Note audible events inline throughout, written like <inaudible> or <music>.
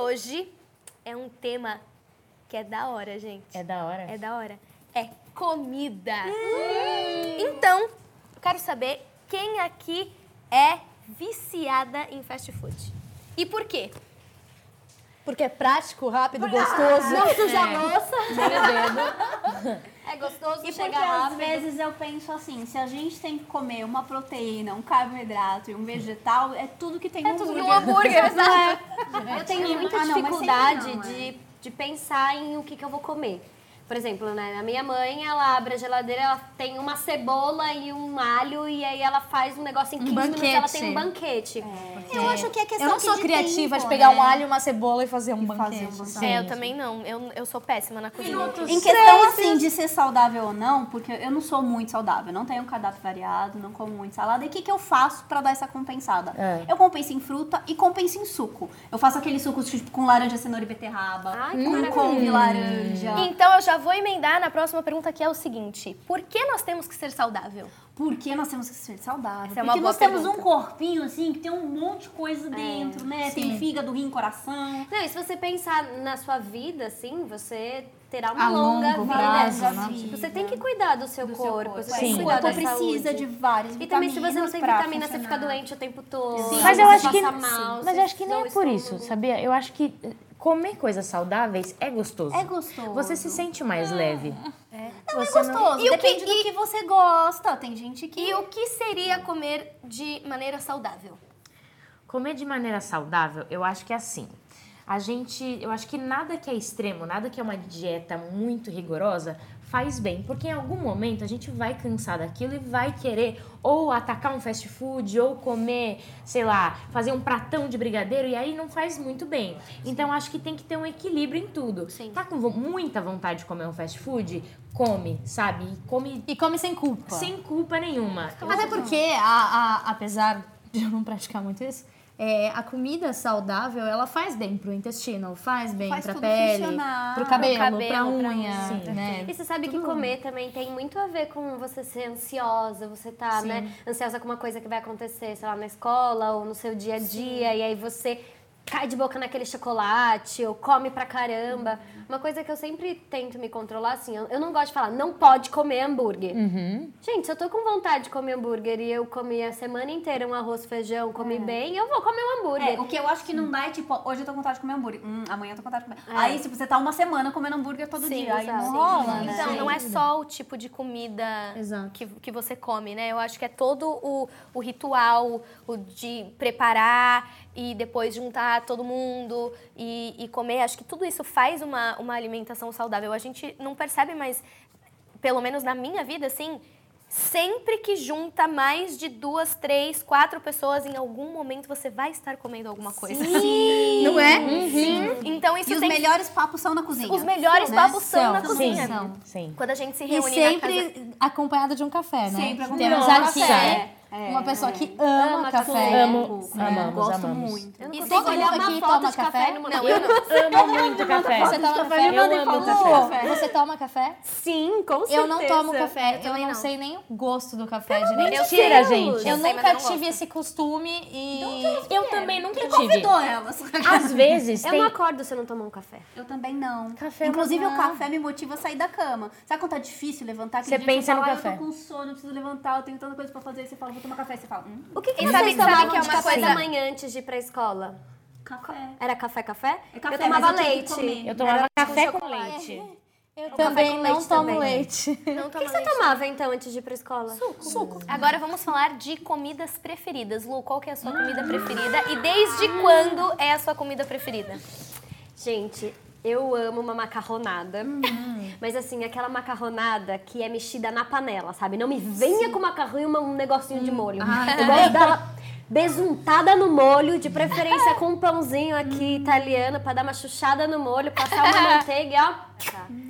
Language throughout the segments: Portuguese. hoje é um tema que é da hora, gente. É da hora? É da hora. É comida. Hum. Então, eu quero saber quem aqui é viciada em fast food. E por quê? Porque é prático, rápido, gostoso. Não suja louça. <laughs> É gostoso E porque chegar às rápido. vezes eu penso assim, se a gente tem que comer uma proteína, um carboidrato e um vegetal, é tudo que tem no É tudo que hambúrguer. um hambúrguer, exato. É. Eu tenho muita Ah, não, mas dificuldade sempre não, é. de, de pensar em o que, que eu vou comer. Por exemplo, né, a minha mãe, ela abre a geladeira, ela tem uma cebola e um alho, e aí ela faz um negócio em 15 minutos, ela tem um banquete. Eu acho que é questão Eu não sou de criativa tempo, de pegar um né? alho, uma cebola e fazer um banquete. banquete. É, eu também não. Eu, eu sou péssima na cozinha. Em questão assim de ser saudável ou não, porque eu não sou muito saudável, não tenho um cardápio variado, não como muito salada. E o que, que eu faço pra dar essa compensada? É. Eu compenso em fruta e compenso em suco. Eu faço aqueles sucos tipo com laranja, cenoura e beterraba, Ai, que com maravilha. Hum. couve, laranja. Então eu já vou emendar na próxima pergunta que é o seguinte: por que nós temos que ser saudável? Por que nós temos que ser saudáveis? Essa é uma Porque boa nós temos pergunta. um corpinho, assim, que tem um monte de coisa dentro, né? Tem fígado, rim, coração. Não, e se você pensar na sua vida, assim, você terá uma A longa longo vida. prazo, né? né? Tipo, Você tem que cuidar do seu, corpo, você tem Sim. que O cuidar corpo da precisa saúde. de várias E também vitaminas se você não tem pra vitamina, você funcionar. fica doente o tempo todo. É, Sim. Mas você eu acho passa que. mal, mas você eu acho que nem dói é o por estômago. isso, sabia? Eu acho que eh, comer coisas saudáveis é gostoso. É gostoso. Você se sente mais leve. Não é gostoso, E o que- depende do que você gosta. Tem gente que... E o que seria comer de maneira saudável? Comer de maneira saudável, eu acho que é assim. A gente, eu acho que nada que é extremo, nada que é uma dieta muito rigorosa faz bem, porque em algum momento a gente vai cansar daquilo e vai querer ou atacar um fast food ou comer, sei lá, fazer um pratão de brigadeiro e aí não faz muito bem. Então acho que tem que ter um equilíbrio em tudo. Tá com vo- muita vontade de comer um fast food? Come, sabe? E come E come sem culpa. sem culpa nenhuma. Eu é Até porque, a- a- apesar de eu não praticar muito isso, é, a comida saudável, ela faz bem pro intestino, faz bem Faz pra tudo pele, funcionar. pro cabelo, cabelo, pra pra unha, unha. né? E você sabe que comer também tem muito a ver com você ser ansiosa, você tá, né, ansiosa com uma coisa que vai acontecer, sei lá, na escola ou no seu dia a dia, e aí você cai de boca naquele chocolate ou come pra caramba. Uma coisa que eu sempre tento me controlar, assim, eu, eu não gosto de falar, não pode comer hambúrguer. Gente, se eu tô com vontade de comer hambúrguer e eu comi a semana inteira um arroz, feijão, comi bem, eu vou comer um hambúrguer. É, o que eu acho que não dá é tipo, ó, hoje eu tô com vontade de comer hambúrguer, hum, amanhã eu tô com vontade de comer. Aí, tipo, você tá uma semana comendo hambúrguer todo Sim, dia, aí não exato. rola, né? Então, não é só o tipo de comida Exato. que, que você come, né? Eu acho que é todo o, o ritual o tipo, de preparar e depois juntar todo mundo e, e comer. Acho que tudo isso faz uma, uma alimentação saudável. A gente não percebe, mas pelo menos na minha vida, assim, sempre que junta mais de duas, três, quatro pessoas, em algum momento você vai estar comendo alguma coisa. Sim. Não é? <laughs> Então isso E os tem... melhores papos são na cozinha. Os melhores Né? papos são, na São, cozinha. são. Sim. Quando a gente se E reúne na casa... sempre acompanhada de um café, né? Sempre acompanhada Temos de um aqui café. uma pessoa que ama, Ama café. café. Amo, Né? é. amamos, Gosto amamos. muito. Eu não E consigo todo olhar mundo uma aqui foto toma de café, café? numa Não, foto. eu não. Amo muito café. Você tá toma café? Eu amo café. Você toma café? Sim, com certeza. Eu não tomo café, eu, também não, não. sei nem o gosto do café direito. Eu Mentira, sei. gente. Eu sei, mas nunca eu não tive esse costume e. Eu também nunca tive. Convidou elas. Às <laughs> vezes Eu tem... não acordo se eu não tomar um café. Eu também não. Café é Inclusive, uma- o café me motiva a sair da cama. Sabe quando tá difícil levantar? Aquele Você dia que pensa no fala, "Ah, café." Eu tô com sono, eu preciso levantar, eu tenho tanta coisa pra fazer. Aí você fala, vou tomar café. Você fala, hum, O que, que E vocês sabe- sabe tomavam que é de uma café da coisa- manhã antes de ir pra escola? café. Era café, café? É café, eu tomava mas eu tive que leite. comer. Eu tomava café com leite. Eu café também com não leite tomo também. leite. Não O que toma você leite. tomava então antes de ir pra escola? Suco. Agora vamos falar de comidas preferidas. Lu, qual que é a sua comida preferida e desde quando é a sua comida preferida? Gente, eu amo uma macarronada. <laughs> Mas assim, aquela macarronada que é mexida na panela, sabe? Não me venha com macarrão e uma- um negocinho de molho. eu gosto dela besuntada no molho, de preferência com um pãozinho aqui italiano pra dar uma chuchada no molho, passar uma manteiga, e, ó.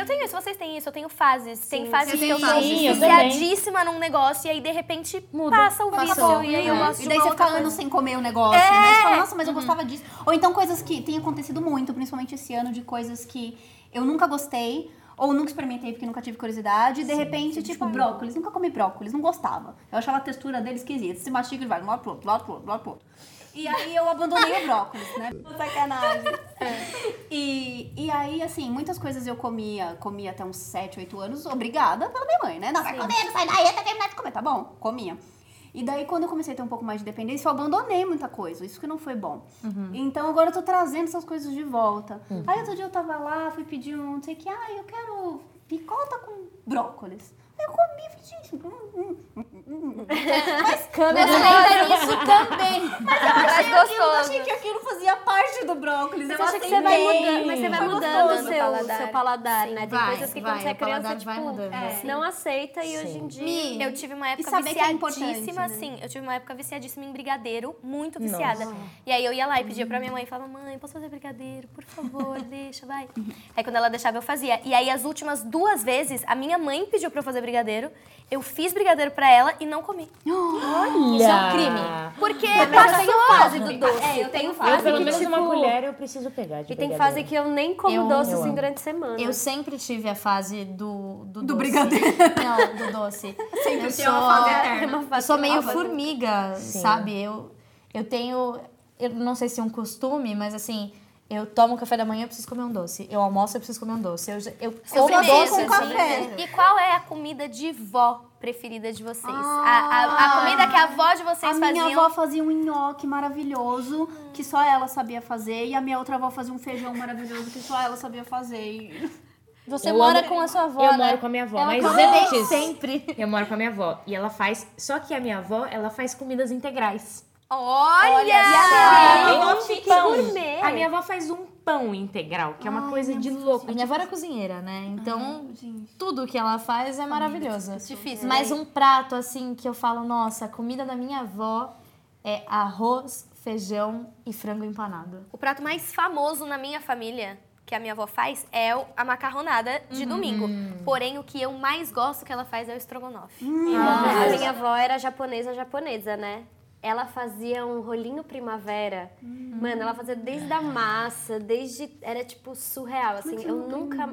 Eu tenho isso, vocês têm isso, eu tenho fases. tem fases que eu sou fases. Sim, eu viciadíssima num negócio e aí de repente passa o vício. E aí eu É. gosto E de daí você uma outra fica coisa. É. Uhum. anos sem comer o negócio, né? Você fala, nossa, mas eu gostava disso. Ou então coisas que tem acontecido muito, principalmente esse ano, de coisas que eu nunca gostei, ou nunca experimentei porque nunca tive curiosidade. E de repente, tipo, brócolis. Nunca comi brócolis, não gostava. Eu achava a textura dele esquisita. Se mastiga e vai de um lado pro outro, do lado pro outro, do lado pro outro. E aí eu abandonei o brócolis, né? Sacanagem. aí, assim, muitas coisas eu comia, comia até uns 7, 8 anos, obrigada pela minha mãe, né? Não, vai comer, não sai daí até terminar de comer, tá bom? Comia. E daí, quando eu comecei a ter um pouco mais de dependência, eu abandonei muita coisa. Isso que não foi bom. Uhum. Então, agora eu tô trazendo essas coisas de volta. Aí, outro dia eu tava lá, fui pedir um, não sei o que, ah, eu quero picota com brócolis. Aí Eu comi, falei, gente, hum, hum, hum, hum, hum. mas Meus pais isso também. achei Mas aquilo, gostoso. achei que aquilo fazia parte do brócolis. Mas eu acha que aceitei. você vai mudando, mas você vai Foi mudando o gostoso. seu paladar, seu paladar né? Tem Vai, coisas que vai, quando você é o paladar criança, vai tipo, mudando, assim. não aceita e hoje em dia... Mi, Eu tive uma época saber que é importante, viciadíssima, né? assim. Eu tive uma época viciadíssima em brigadeiro, muito viciada. E aí eu ia lá e pedia pra minha mãe e falava, mãe, posso fazer brigadeiro? <laughs> Por favor, deixa, vai. Aí quando ela deixava, eu fazia. E aí as últimas duas vezes, a minha mãe pediu pra eu fazer brigadeiro, eu fiz brigadeiro pra ela e não comi. Isso é um crime. Porque Mas eu tenho fase do doce. É, eu tenho fase Eu, pelo que, menos tipo, uma colher eu preciso pegar de E tem brigadeiro. fase que eu nem como Eu- doce eu assim amo. durante a semana. eu sempre tive a fase do Do, Do doce. brigadeiro. Não, do doce. Sempre eu tem sou, uma fase eterna. Eu sou meio formiga, sabe? Eu, eu tenho... Eu não sei se é um costume, mas assim... Eu tomo café da manhã, eu preciso comer um doce. Eu almoço, eu preciso comer um doce. Eu, já- eu como Sobremesa, doce com assim, café. E qual é a comida de vó preferida de vocês? a, a- a comida que a avó de vocês Ah. A minha faziam. avó fazia um nhoque maravilhoso que só ela sabia fazer e a minha outra avó fazia um feijão maravilhoso que só ela sabia fazer. E- <laughs> Você Eu mora amo- com a sua avó, Eu né? moro com a minha avó, mas antes... sempre. Eu moro com a minha avó. E ela faz... Só que a minha avó, ela faz comidas integrais. Olha! Ela tem um pão. gourmet. A minha avó faz um pão integral, que é uma coisa de louco. A minha avó era cozinheira, né? Então, tudo que ela faz é maravilhoso. Difícil, Mas um prato, assim, que eu falo, nossa, a comida da minha avó é arroz, feijão e frango empanado. O prato mais famoso na minha família, que a minha avó faz, é o- a macarronada Hum. de domingo. Porém, o que eu mais gosto que ela faz é o estrogonofe. A minha avó era japonesa, japonesa, né? Ela fazia um rolinho primavera. Mano, ela fazia desde a massa, desde. Era tipo surreal, assim. eu nunca.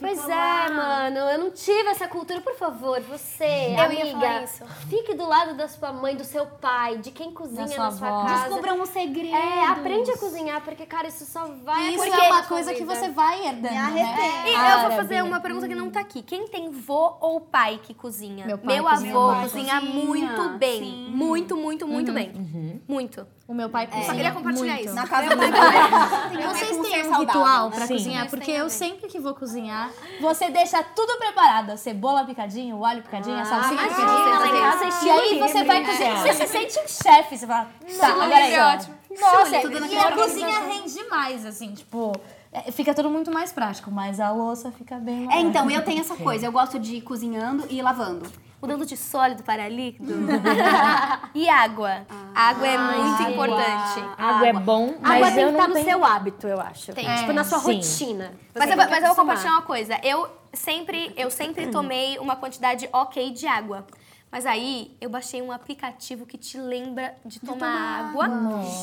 pois é, mano, eu não tive essa cultura. Por favor, você, Eu ia falar amiga, isso. fique do lado da sua mãe, do seu pai, de quem cozinha sua na sua avó. casa. Descubram um segredo. É, aprende a cozinhar, porque, cara, isso só vai Isso acontecer é uma na coisa sua que vida. você vai herdando, né? E eu vou fazer uma pergunta que não tá aqui. Quem tem vô ou pai que cozinha? Meu pai avô cozinha, meu pai cozinha, cozinha, muito bem. sim. Muito, muito, muito Uhum. bem. Muito. O meu pai cozinha Só queria compartilhar muito. isso. Na casa da minha mãe. tem que ver Vocês como têm ser um saudável. ritual pra Sim. cozinhar? Porque eu sempre que vou cozinhar, você deixa tudo preparado. A cebola picadinha, o alho picadinho, a salsinha picadinha. lá em casa é E estilo aí você vai cozinhar. Você se sente um chefe. Você fala, tá, agora é ótimo. Nossa, é e a cozinha rende mais, assim, tipo... é, Fica tudo muito mais prático, mas a louça fica bem... É, maior. então, eu tenho essa coisa. Eu gosto de ir cozinhando e lavando. Mudando de sólido para líquido. e água. água é muito água. importante. Água é bom, mas Água tem eu que não estar no tenho... seu hábito, eu acho. Tem. Tipo, na sua Sim. rotina. Mas Você tem que eu, mas eu vou acostumar. compartilhar uma coisa. Eu sempre, eu sempre tomei uma quantidade ok de água. Mas aí eu baixei um aplicativo que te lembra de tomar, água.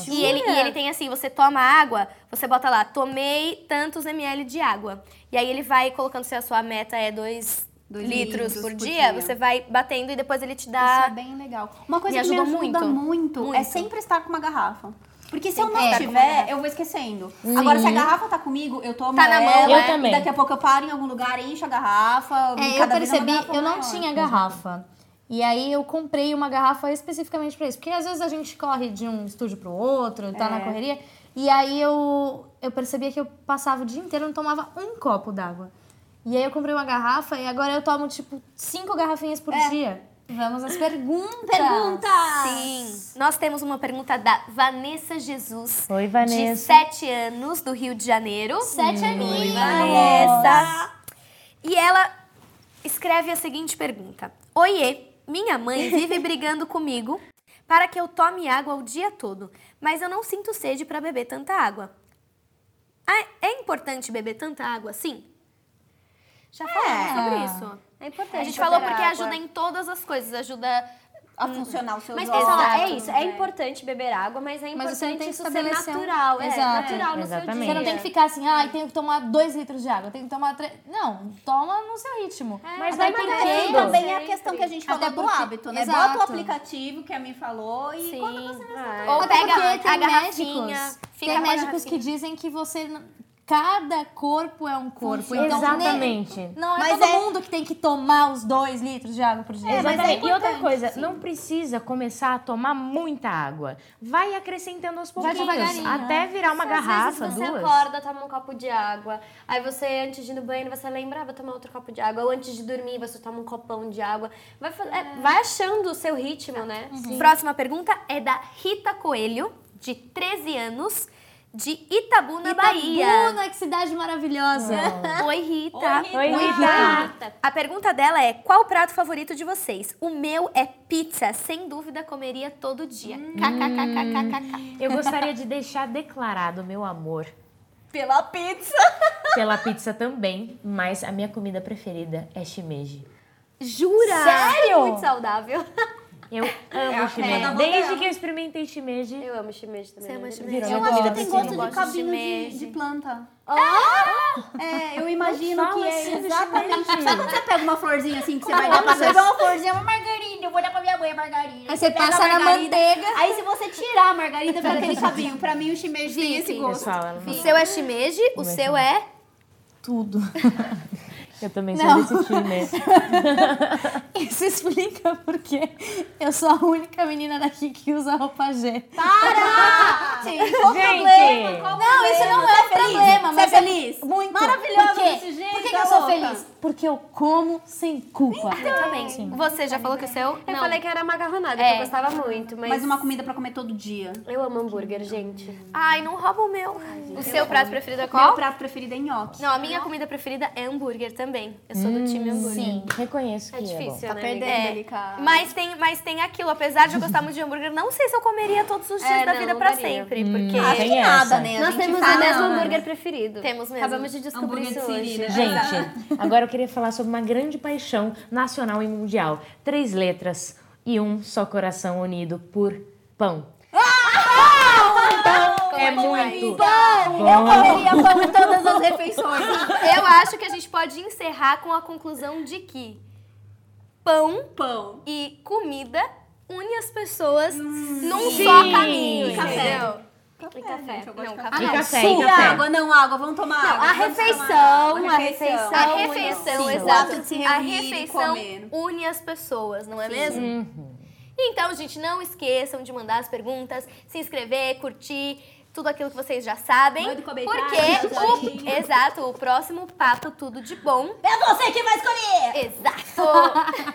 E ele, e ele tem assim, você toma água, você bota lá, tomei tantos ml de água. E aí ele vai colocando se a sua meta é 2 Dois litros, litros por, por dia, dia. você vai batendo e depois ele te Isso é dá. bem legal. Uma coisa me que me ajudou ajuda muito, muito. é Muito. sempre estar com uma garrafa. Porque se eu não É, com uma tiver, garrafa. eu vou esquecendo. Agora, se a garrafa tá comigo, eu tomo Tá na mão, ela, Eu também. e daqui a pouco eu paro em algum lugar, encho a garrafa. É, eu cada vez é uma percebi, garrafa eu não maior. tinha garrafa. E aí eu comprei uma garrafa especificamente pra isso. Porque às vezes a gente corre de um estúdio pro outro, tá na correria. E aí eu, eu percebia que eu passava o dia inteiro e não tomava um copo d'água. E aí eu comprei uma garrafa e agora eu tomo, tipo, cinco garrafinhas por dia. É. Vamos às perguntas. Sim. Nós temos uma pergunta da Vanessa Jesus. Oi, De Vanessa. 7 anos, do Rio de Janeiro. Sete aninhos. Vanessa. E ela escreve a seguinte pergunta: Oiê, minha mãe vive brigando comigo para que eu tome água o dia todo, mas eu não sinto sede para beber tanta água. Ah, É importante beber tanta água, sim? Já falamos sobre isso. É importante. A gente falou beber porque água. ajuda em todas as coisas, ajuda A funcionar o seu Mas órgãos. pensa lá, é Exato, isso. É importante beber água, mas é Mas você não importante tem que isso ser estabelecer um- natural. É, Exato. natural no seu Exatamente. dia. Você não tem que ficar assim, ai, tenho que tomar dois litros de água, tenho que tomar três. Não, toma no seu ritmo. Mas vai Até porque- E maneirando. também é a Sempre. questão que a gente Até falou do porque- hábito, né? Exato. Bota o aplicativo que a mim falou e quando você Ah, ou Até pega É, porque a tem garrafinha. médicos, fica tem com a médicos que garrafinha. dizem que você n- Cada corpo é um corpo. Então, nem- Exatamente. Não é Mas todo é- mundo que tem que tomar os dois litros de água por dia. É, mas é exatamente. e outra importante, coisa, sim. não precisa começar a tomar muita água. Vai acrescentando aos pouquinhos, devagarinho, até virar uma Às garrafa, vezes você duas. acorda, toma um copo de água. Aí você, antes de ir no banheiro, você lembra, ah, vou tomar outro copo de água. Ou antes de dormir, você toma um copão de água. Vai, fa- é, vai achando o seu ritmo, né? Próxima pergunta é da Rita Coelho, de 13 anos, de Itabu, na Bahia. Itabuna, né, que cidade maravilhosa. É. Oi, Rita. Oi, Rita. Rita. A pergunta dela é: qual o prato favorito de vocês? O meu é pizza, sem dúvida comeria todo dia. KKKKKKK. Eu gostaria de deixar declarado o meu amor Pela pizza. pela pizza também, mas a minha comida preferida é shimeji. Jura? Sério? Muito saudável. Eu amo shimeji. da Desde moderna. que eu experimentei shimeji, Eu amo shimeji também. Você ama né? shimeji? Virou Eu Eu acho que gosto, um tem eu gosto de gosto de cabinho de, shimeji. de planta. É, eu imagino fala que assim é do exatamente. shimeji. Sabe quando você pega uma florzinha assim que você vai Não, dar pra mas eu é pessoa? dou uma florzinha, uma margarida. Eu vou dar pra minha mãe a margarida. Aí você pega a passa na margarida. <laughs> manteiga. Aí se você tirar a margarida, fica aquele cabinho. Pra mim, o shimeji tem esse gosto. pessoal, ela O não... seu é shimeji, o seu é. Tudo. <laughs> eu também sou desse time. Isso explica porque eu sou a única menina daqui que usa roupa G. Gente, qual Gente! É. problema? Qual Não, isso não é um problema, Você é mas feliz? Muito. Maravilhosa Por quê? desse jeito, tá Por que, que eu sou louca? feliz? Porque eu como sem culpa. Também. Você já falou que o seu. <laughs> Eu Não. falei que era macarronada, que É. eu gostava muito, mas... Mais uma comida pra comer todo dia. Eu amo hambúrguer, gente. Ai, não rouba o meu. O seu prato preferido é Meu qual? prato preferido é nhoque. Não, a minha comida preferida é hambúrguer também. Eu sou do time hambúrguer. Sim, reconheço que É difícil, bom. Tá né, perdendo amiga? ali, cara. Mas tem, mas tem aquilo, apesar de eu gostar muito de hambúrguer, não sei se eu comeria todos os dias É, da não, vida não pra daria. sempre. Porque Acho que nada, né? Nós temos o mesmo hambúrguer preferido. Temos mesmo. Acabamos de descobrir Hambúrguer de isso siri, hoje. né? Gente, agora eu queria falar sobre uma grande paixão nacional e mundial. Três letras e um só coração unido por pão. Pão é muito bom. Comeria pão em todas as refeições. né? eu acho que a gente pode encerrar com a conclusão de que pão Hum. Pão. e comida une as pessoas num só caminho, E entendeu? E café. Gente, eu gosto Não, de café. E Ah, café, Suco, e café. água, não água, vamos tomar água. a vamos tomar refeição, água. a refeição. A Não, refeição, não. é Sim, o exato. ato de se a reunir e refeição comer. Uhum. une as pessoas, não é mesmo? Então, gente, não esqueçam de mandar as perguntas, se inscrever, curtir, tudo aquilo que vocês já sabem. Manda um comentário, Porque <laughs> o, joinha. exato, o próximo papo tudo de bom. É você que vai escolher! <laughs> Exato.